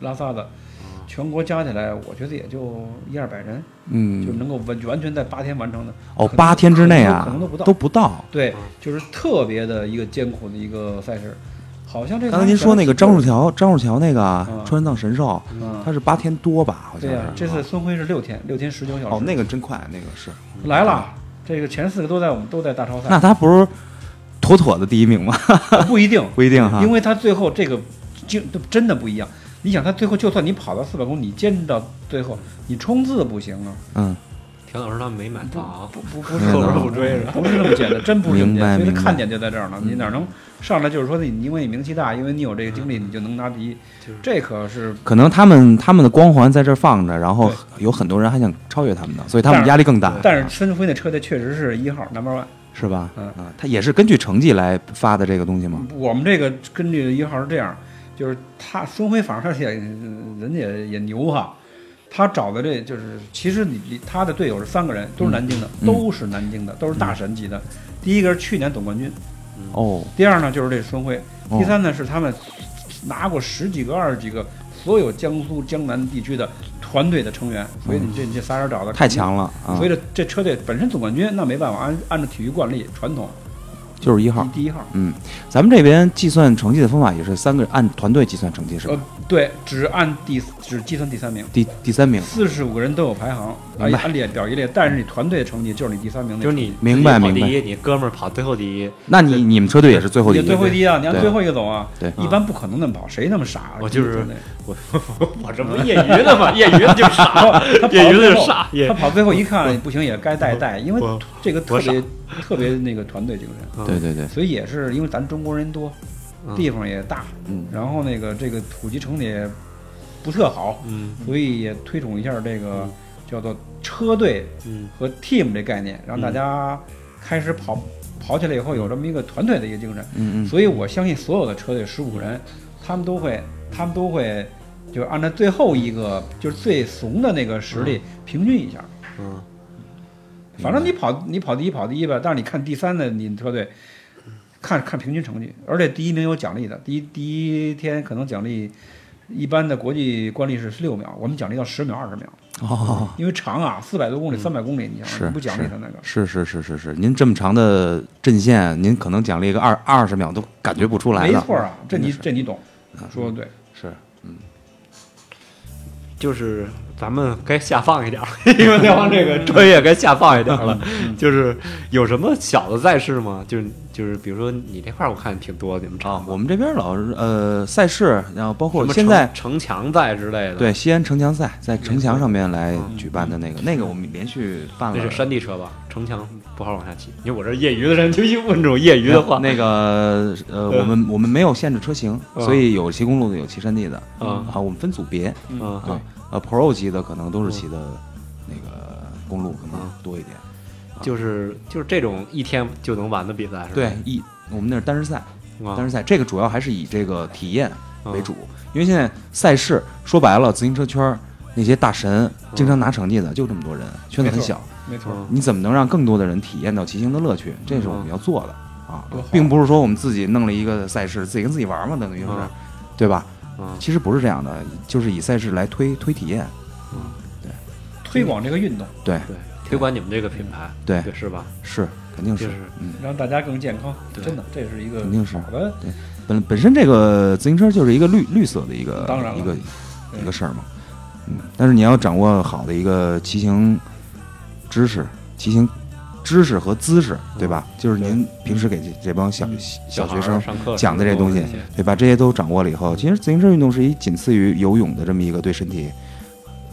拉萨的，嗯全国加起来，我觉得也就一二百人，就嗯，能够完完全在八天完成的。哦，可能八天之内啊可能都不到，，都不到。对，就是特别的一个艰苦的一个赛事。好像这个刚才您说那个张树桥，张树桥那个啊嗯川藏神兽，嗯它是八天多吧？好像对是啊呀、。这次孙辉是六天，六天十九小时。哦，那个真快，那个是。来了，这个前四个都在我们都在大超 那赛，他不是妥妥的第一名吗？不一定，不一定哈因。为他最后这个就真的不一样。你想，他最后就算你跑到四百公里，你坚持到最后，你冲刺不行啊，嗯，田老师他们没买房，不不不是后那边么不追是吧不是那么简单，真不是那么简嗯明白单。所以明他白看点就在这儿呢，你哪能上来就是说你因为你名气大，因为你有这个经历，你就能拿第一就是？这可是可能他们他们的光环在这儿放着，然后对有很多人还想超越他们呢，所以他但们是压力更大，但是孙辉那车队确实是一号 number one。是吧？嗯啊，他也是根据成绩来发的这个东西吗？我们这个根据一号是这样，就是他孙辉，反正他也人也也牛哈。他找的这就是，其实你你他的队友是三个人，都是南京的，嗯都是南京的，都是大神级的。第一个是去年总冠军，哦，第二呢就是这孙辉，哦第三呢是他们拿过十几个、二十几个所有江苏江南地区的团队的成员，所以你这你这仨人找的哦太强了啊所！以这这车队本身总冠军，那没办法，按按照体育惯例传统，就是一号。第一号。嗯，咱们这边计算成绩的方法也是三个人按团队计算成绩是吧呃？，对，只按第只计算第三名，第第三名，四十五个人都有排行，哎明白按列表一列，但是你团队的成绩就是你第三名那就成是绩，你明白自己跑明白第一，你哥们儿跑最后第一，那你你们车队也是最后你一就最后第一啊，你按对最后一个走啊，对一般不可能那么跑，谁那么傻？我就是真的我我这不业余的吗？业余的就傻，他跑业 余的最就后傻，业他跑最后一看哎不行，也该带带，因为我这个特我别特别那个团队精神，嗯对对对，所以也是因为咱中国人多，地方也大，嗯然后那个这个土鸡城里也不特好，嗯所以也推崇一下这个叫做车队嗯和 team 这概念，嗯让大家开始跑、跑起来以后有这么一个团队的一个精神。嗯嗯所以我相信所有的车队十五人，他们都会，他们都会，就是按照最后一个，就是最怂的那个实力平均一下。嗯，反正你跑，你跑第一跑第一吧，但是你看第三的你车队，看看平均成绩，而且第一名有奖励的，第一第一天可能奖励，一般的国际惯例是十六秒，我们奖励到十秒二十秒，哦。因为长啊，四百多公里、三百公里，你想嗯是你不奖励他那个。是是是是是，您这么长的阵线，您可能奖励个二二十秒都感觉不出来没呢。错啊，这真的嗯你是嗯这你懂，说的对。是就是咱们该下放一点儿，因为聊完这个专业该下放一点儿了。就是有什么小的赛事吗？就是就是，比如说你这块儿我看挺多，你们啊唱，我们这边老是呃赛事，然后包什括么现在城啊城墙赛之类的，，对西安城墙赛，在城墙上面来嗯举办的那个，那个我们连续办那了是山地车吧？城墙不好往下骑。你看我这业余的人，就一问这种业余的话，那个呃，我们我们没有限制车型，嗯所以有骑公路的，有骑山地的嗯啊，我们分组别嗯啊，呃，Pro 级的可能都是骑的那个公路可嗯能多一点， 就是就是这种一天就能玩的比赛是吧？对一我们那是单人赛，啊，单人赛这个主要还是以这个体验啊嗯为主，因为现在赛事说白了，自行车圈儿那些大神经常拿成绩的就这么多人，圈子很小，啊没错，嗯你怎么能让更多的人体验到骑行的乐趣？这是我们要做的啊嗯多好，并不是说我们自己弄了一个赛事，自己跟自己玩嘛，等于是嗯，啊对吧？嗯其实不是这样的，就是以赛事来推推体验，推广这个运动，对对，推广你们这个品牌，对对是吧？是肯定就是是嗯。让大家更健康，对真的，这是一个肯定是好的。本本身这个自行车就是一个绿绿色的一个当然了一个对一个事儿嘛，嗯，但是你要掌握好的一个骑行知识、骑行知识和姿势，对吧？嗯就是您平时给这这帮小小孩学儿生啊上课讲的这东西，对吧？这些都掌握了以后，其实自行车运动是一仅次于游泳的这么一个对身体，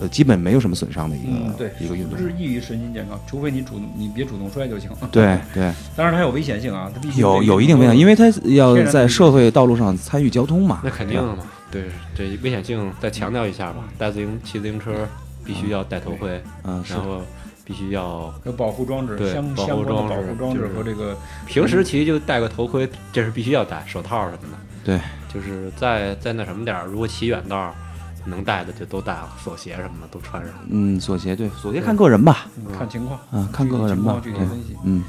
呃，基本没有什么损伤的一嗯，个对，一个运动不。是易于神经健康，除非你主你别主动摔就行。对对，当然它有危险性啊，它毕竟有有一定危险，因为为它要天然的在社会道路上参与交通嘛。那肯定的嘛。对，这危险性再强调一下吧。带自行骑自行车必须要戴头盔，嗯，是然后必须要有保护装置，对相保护相装关的置保护装就置是和这个平嗯时骑就戴个头盔，这是必须要戴，手套什么的。对，就是在在那什么点儿，如果骑远道儿能戴的就都戴了，锁鞋什么的都穿上。嗯，锁鞋对，锁鞋看个人吧，嗯看情况，啊，看个人吧，对具体情况具体分析。嗯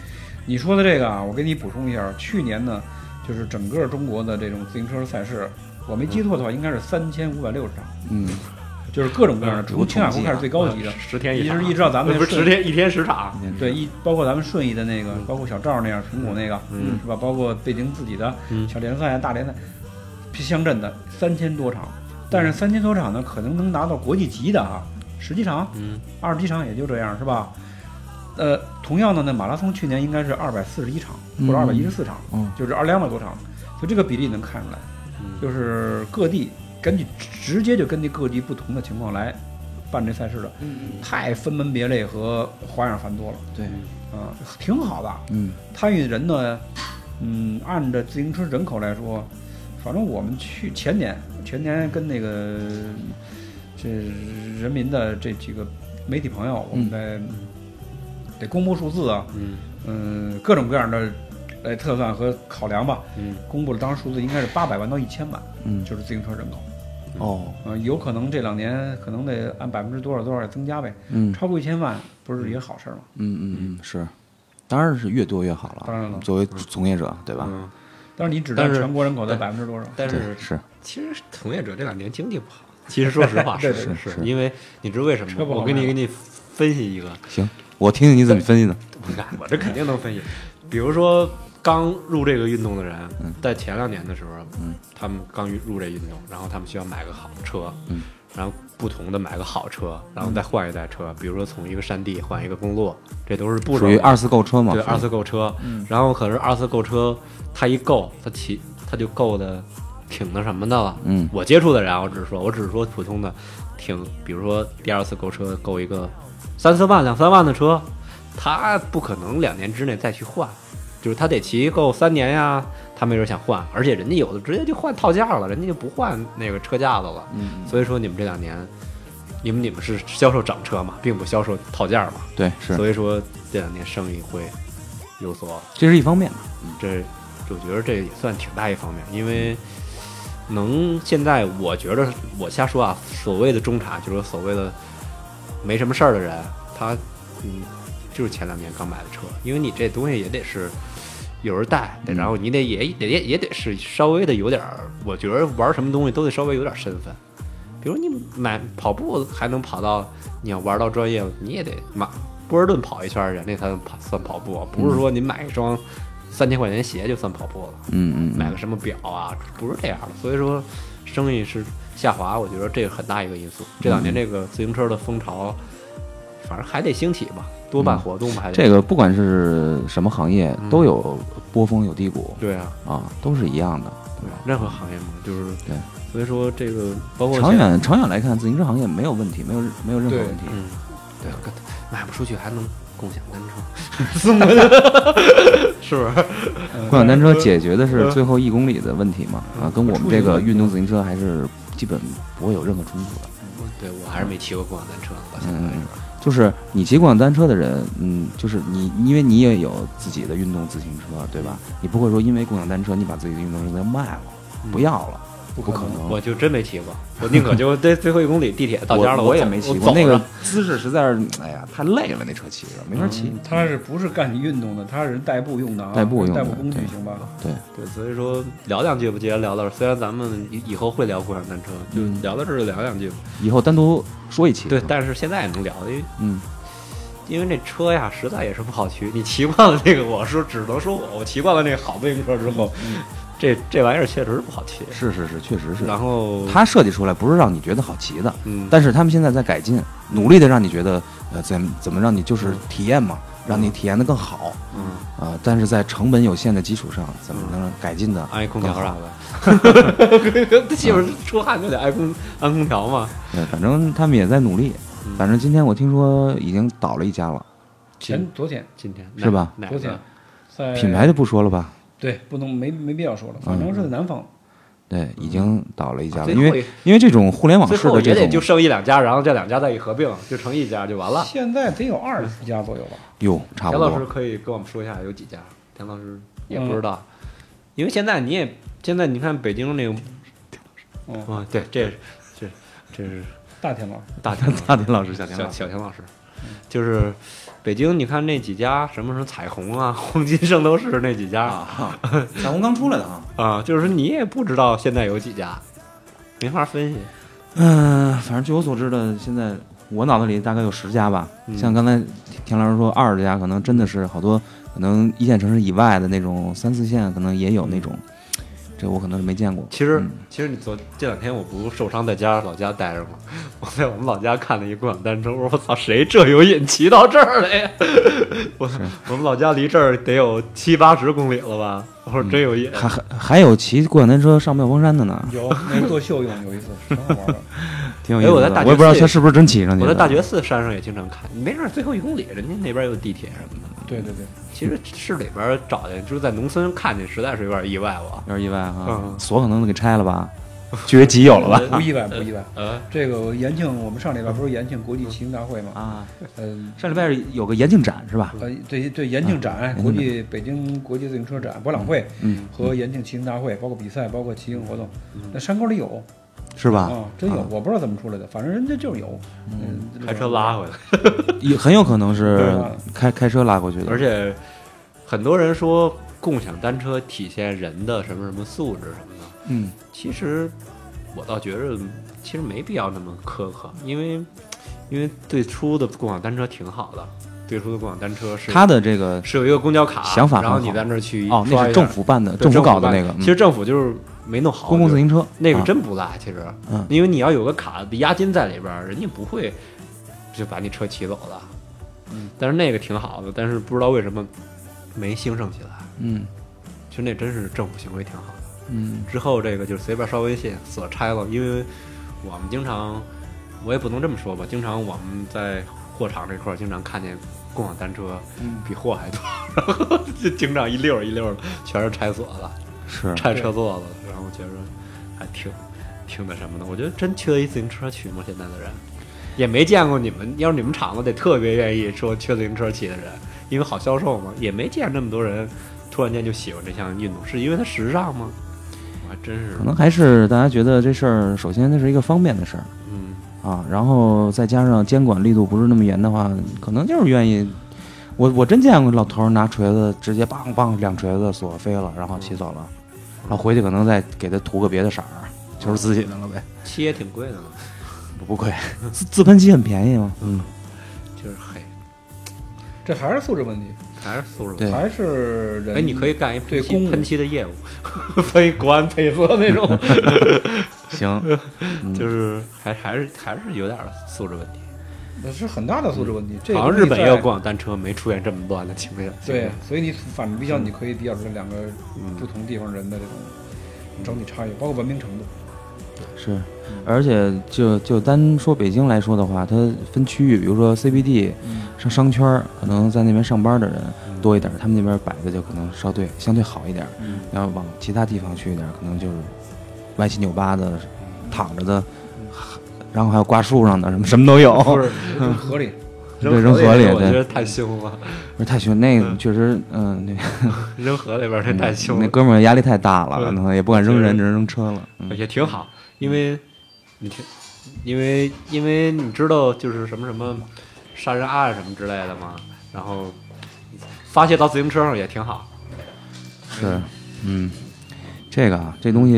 你说的这个啊，我给你补充一下，去年呢，就是整个中国的这种自行车赛事，我没记错的话，应该是三千五百六十场，嗯，就是各种各样的，嗯从青海湖开始最高啊级的，十天一一场直一直到咱们不是顺十天一天十场。对，一包括咱们顺义的那个，包括小赵那样苹果那个，嗯是吧？包括北京自己的嗯小联赛啊、大联赛、乡镇的三千多场，但是三千多场呢，可能能拿到国际级的啊，十几场、嗯二十几场也就这样，是吧？呃，同样的呢，马拉松去年应该是二百四十一场或者二百一十四场，嗯就是二两百多场，就这个比例能看出来，嗯就是各地根据直接就根据各地不同的情况来办这赛事的，嗯太分门别类和花样繁多了。对，啊，挺好的。嗯参与人呢，嗯，按着自行车人口来说，反正我们去前年，前年跟那个这人民的这几个媒体朋友，我嗯们在、得公布数字啊，嗯嗯，各种各样的来测算和考量吧，嗯公布了当时数字应该是八百万到一千万，嗯，就是自行车人口。哦，嗯、有可能这两年可能得按百分之多少多少增加呗，嗯超过一千万不是也好事儿吗？嗯嗯嗯，是，当然是越多越好了。当然了作为从业者，对吧？嗯。但是你只但占是全国人口的百分之多少？但对，是是，其实从业者这两年经济不好。其实说实话， 对是对是是因为你知道为什么车吗？不好我给你卖给你分析一个，行，我听听你怎么分析的。你看我这肯定能分析。比如说刚入这个运动的人，在前两年的时候，嗯他们刚入这运动，然后他们需要买个好车，嗯然后不同的买个好车，然后再换一台车，比如说从一个山地换一个公路，这都是步骤属于二次购车嘛？对二次购车。嗯然后可是二次购车，他一购，他骑他就购的挺那什么的了。嗯我接触的人啊，我只是说，我只是说普通的，挺，比如说第二次购车购一个三四万、两三万的车，他不可能两年之内再去换，就是他得骑够三年呀，他没准想换，而且人家有的直接就换套件了，人家就不换那个车架子了。嗯，所以说你们这两年因为你们是销售涨车嘛，并不销售套件嘛，对，是，嗯所以说这两年生意会有所这是一方面。这我觉得这也算挺大一方面，因为能现在我觉得我瞎说啊，所谓的中产就是所谓的没什么事儿的人，他嗯就是前两年刚买的车，因为你这东西也得是有人带，得嗯然后你得也也也也得是稍微的有点儿，我觉得玩什么东西都得稍微有点身份。比如你买跑步还能跑到，你要玩到专业，你也得马波士顿跑一圈儿，人家才能跑算跑步，啊不是说你买一双三千块钱鞋就算跑步了，嗯嗯买个什么表啊，不是这样的。所以说，生意是下滑，我觉得这个很大一个因素。这嗯两年这个自行车的风潮，反正还得兴起吧，多办活动吧，还得嗯这个不管是什么行业，嗯都有波峰有低谷对啊，啊，都是一样的，对对吧？任何行业嘛，就是对。所以说这个包括长现在远长远来看，自行车行业没有问题，没有没有任何对问题。嗯，对，买不出去还能共享单车， 是不是？嗯共享单车解决的嗯是最后一公里的问题嘛？啊，跟我们这个运动自行车还是基本不会有任何冲突的。对我还是没骑过共享单车呢，到现在为止。就是你骑共享单车的人，嗯，就是你，因为你也有自己的运动自行车，对吧？你不会说因为共享单车你把自己的运动自行车卖了，嗯不要了，不可能。我就真没骑过，我宁可就这最后一公里地铁到家了，我我也走没骑我过，走那个着姿势实在是，哎呀，太累了，那车骑着没法骑。嗯嗯他是不是干你运动的？他是代步用的啊，代步用的代步工具对行吧？对，对，所以说聊两句吧，既然聊到这儿，虽然咱们以以后会聊共享单车，就嗯聊到这儿就聊两句吧。以后单独说一期。对，但是现在也能聊，因为嗯，因为这车呀，实在也是不好骑。你骑惯了那个，我说只能说我我骑惯了那个好自行车之后，这这玩意儿确实不好骑。是是是，确实是。然后它设计出来不是让你觉得好骑的，嗯，但是他们现在在改进，努力的让你觉得，呃，怎怎么让你就是体验嘛，让你体验的更好嗯，啊、但是在成本有限的基础上，怎么能改进的？安一嗯哎空调啥好？的，这媳妇儿出汗就得安空安空调嘛。对，反正他们也在努力。嗯反正今天我听说已经倒了一家了，前昨天今天是吧哪哪昨个天哎在品牌就嗯不说了吧。对，不能没没必要说了，反正是在南方。对，已经倒了一家嗯啊了，最因后为也因为这种互联网最式后的也这得就种，剩一两家，然后这两家再一合并，就成一家就完了。现在得有二十家左右吧，哟，差不田老师多，可以跟我们说一下有几家？田老师也不知道，因为现在你也现在你看北京那个嗯，啊，对，这这这是大田老师，大田大田老师，小小田小老师，小田老师，就是北京你看那几家什么什么彩虹啊、黄金圣斗士那几家啊，彩虹刚出来的啊。啊，就是你也不知道现在有几家，没法分析。嗯、反正据我所知的，现在我脑子里大概有十家吧。嗯像刚才田老师说二十家，可能真的是好多，可能一线城市以外的那种三四线，可能也有那种，这我可能是没见过。其实嗯，其实你昨这两天我不受伤在家老家待着吗？ 我在我们老家看了一共享单车，我说我操，谁这有瘾骑到这儿来呀？ 我我们老家离这儿得有七八十公里了吧？我说真有瘾，还还还有骑共享单车上妙峰山的呢，有那个做秀用 有一次，挺好玩的。挺有意思哎我的。在大我学也不知道四他是不是真骑上去我的。在大学寺山上也经常看，没事儿，最后一公里，人家那边有地铁什嗯么的。对对对，其实市里边找去，就是在农村看见，实在是有点意外我。有点意外哈嗯，锁可能都给拆了 吧，据为己有了吧？不意外不意外。呃，这个延庆，我们上礼拜不是延庆国际骑行大会吗？啊，嗯。上礼拜有个延庆展是吧？呃，对对，延庆展、啊国际北京国际自行车展博览会嗯，和延庆骑行大会，包括比赛，包括骑行活动，那山沟里有是吧？啊，真有，我不知道怎么出来的，反正人家就是有，嗯，开车拉回来。也很有可能对是吧开开车拉过去的，而且很多人说共享单车体现人的什么什么素质什么的。嗯，其实我倒觉着，其实没必要那么苛刻，因为因为最初的共享单车挺好的，最初的共享单车是他的这个是有一个公交卡，想法很然好后你在那儿去哦，那刷是一下政府办的，对政府搞的办那个，嗯其实政府就是没弄好公共自就是行车那个啊真不赖，其实，嗯因为你要有个卡的押金在里边儿，人家不会就把你车骑走的。嗯，但是那个挺好的，但是不知道为什么没兴盛起来。嗯其实那真是政府行为挺好的。嗯之后这个就是随便刷微信所拆了，因为我们经常，我也不能这么说吧，经常我们在货场这块儿经常看见共享单车嗯，比货还多，然后就经常一溜儿一溜儿的全是拆锁的。是拆车座了，然后觉着还挺挺那什么的。我觉得真缺一自行车去吗？现在的人，也没见过你们，要是你们厂子得特别愿意说缺自行车骑的人，因为好销售嘛，也没见这么多人突然间就喜欢这项运动，是因为它时尚吗？我还真是可，能还是大家觉得这事儿，首先它是一个方便的事儿嗯，啊，然后再加上监管力度不是那么严的话，可能就是愿意。我我真见过老头儿拿锤子直接梆梆两锤子锁飞了，然后骑走了，然后回去可能再给他涂个别的色儿，就是自己的了呗，漆也挺贵的呢，不不亏。自自喷漆很便宜嘛，嗯，就是嘿，这还是素质问题，还是素质问题。对还是人。哎，你可以干一喷对公漆务喷漆的业务， 喷一国安配色那 种，行，就是还还是还是有点素质问题。那是很大的素质问题。这个嗯好像东西日本也在有共享单车，没出现这么乱的情况。对，所以你反比较，你可以比较出来两个不嗯同地方人的这种整体差异，包括文明程度。嗯是，而且就就单说北京来说的话，它分区域，比如说 CBD 嗯，上商圈儿，可能在那边上班的人嗯多一点儿，他们那边摆的就可能稍对相对好一点儿。嗯要往其他地方去一点儿，可能就是歪七扭八的躺着的，然后还有挂树上的，什么 什么都有。嗯不是很合理。对扔河里我觉对得太凶了，不是太凶，那个确实，嗯，那 扔河里边儿这 太凶那了，哥们儿压力太大了，对可能也不敢扔人，只能扔车了。嗯也挺好，因为你听，因为因为你知道就是什么什么杀人案什么之类的嘛，然后发泄到自行车上也挺好，是，嗯，这个啊，这东西，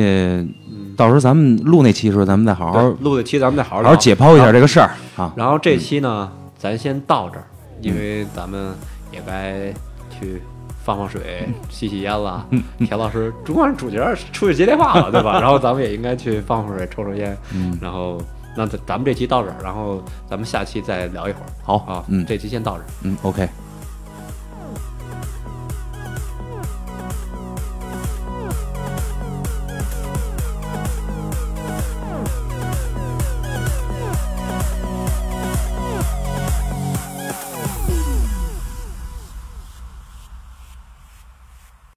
嗯，到时候咱们录那期的时候，咱们再好好对录的期咱们再好好好聊好解剖一下这个事儿啊。然后这期呢，咱先到这儿，因为咱们也该去放放水、吸吸烟了。田老师，主管主角出去接电话了，对吧？然后咱们也应该去放放水、抽抽烟。嗯然后，那咱咱们这期到这儿，然后咱们下期再聊一会儿。好啊，嗯这期先到这儿。嗯，OK，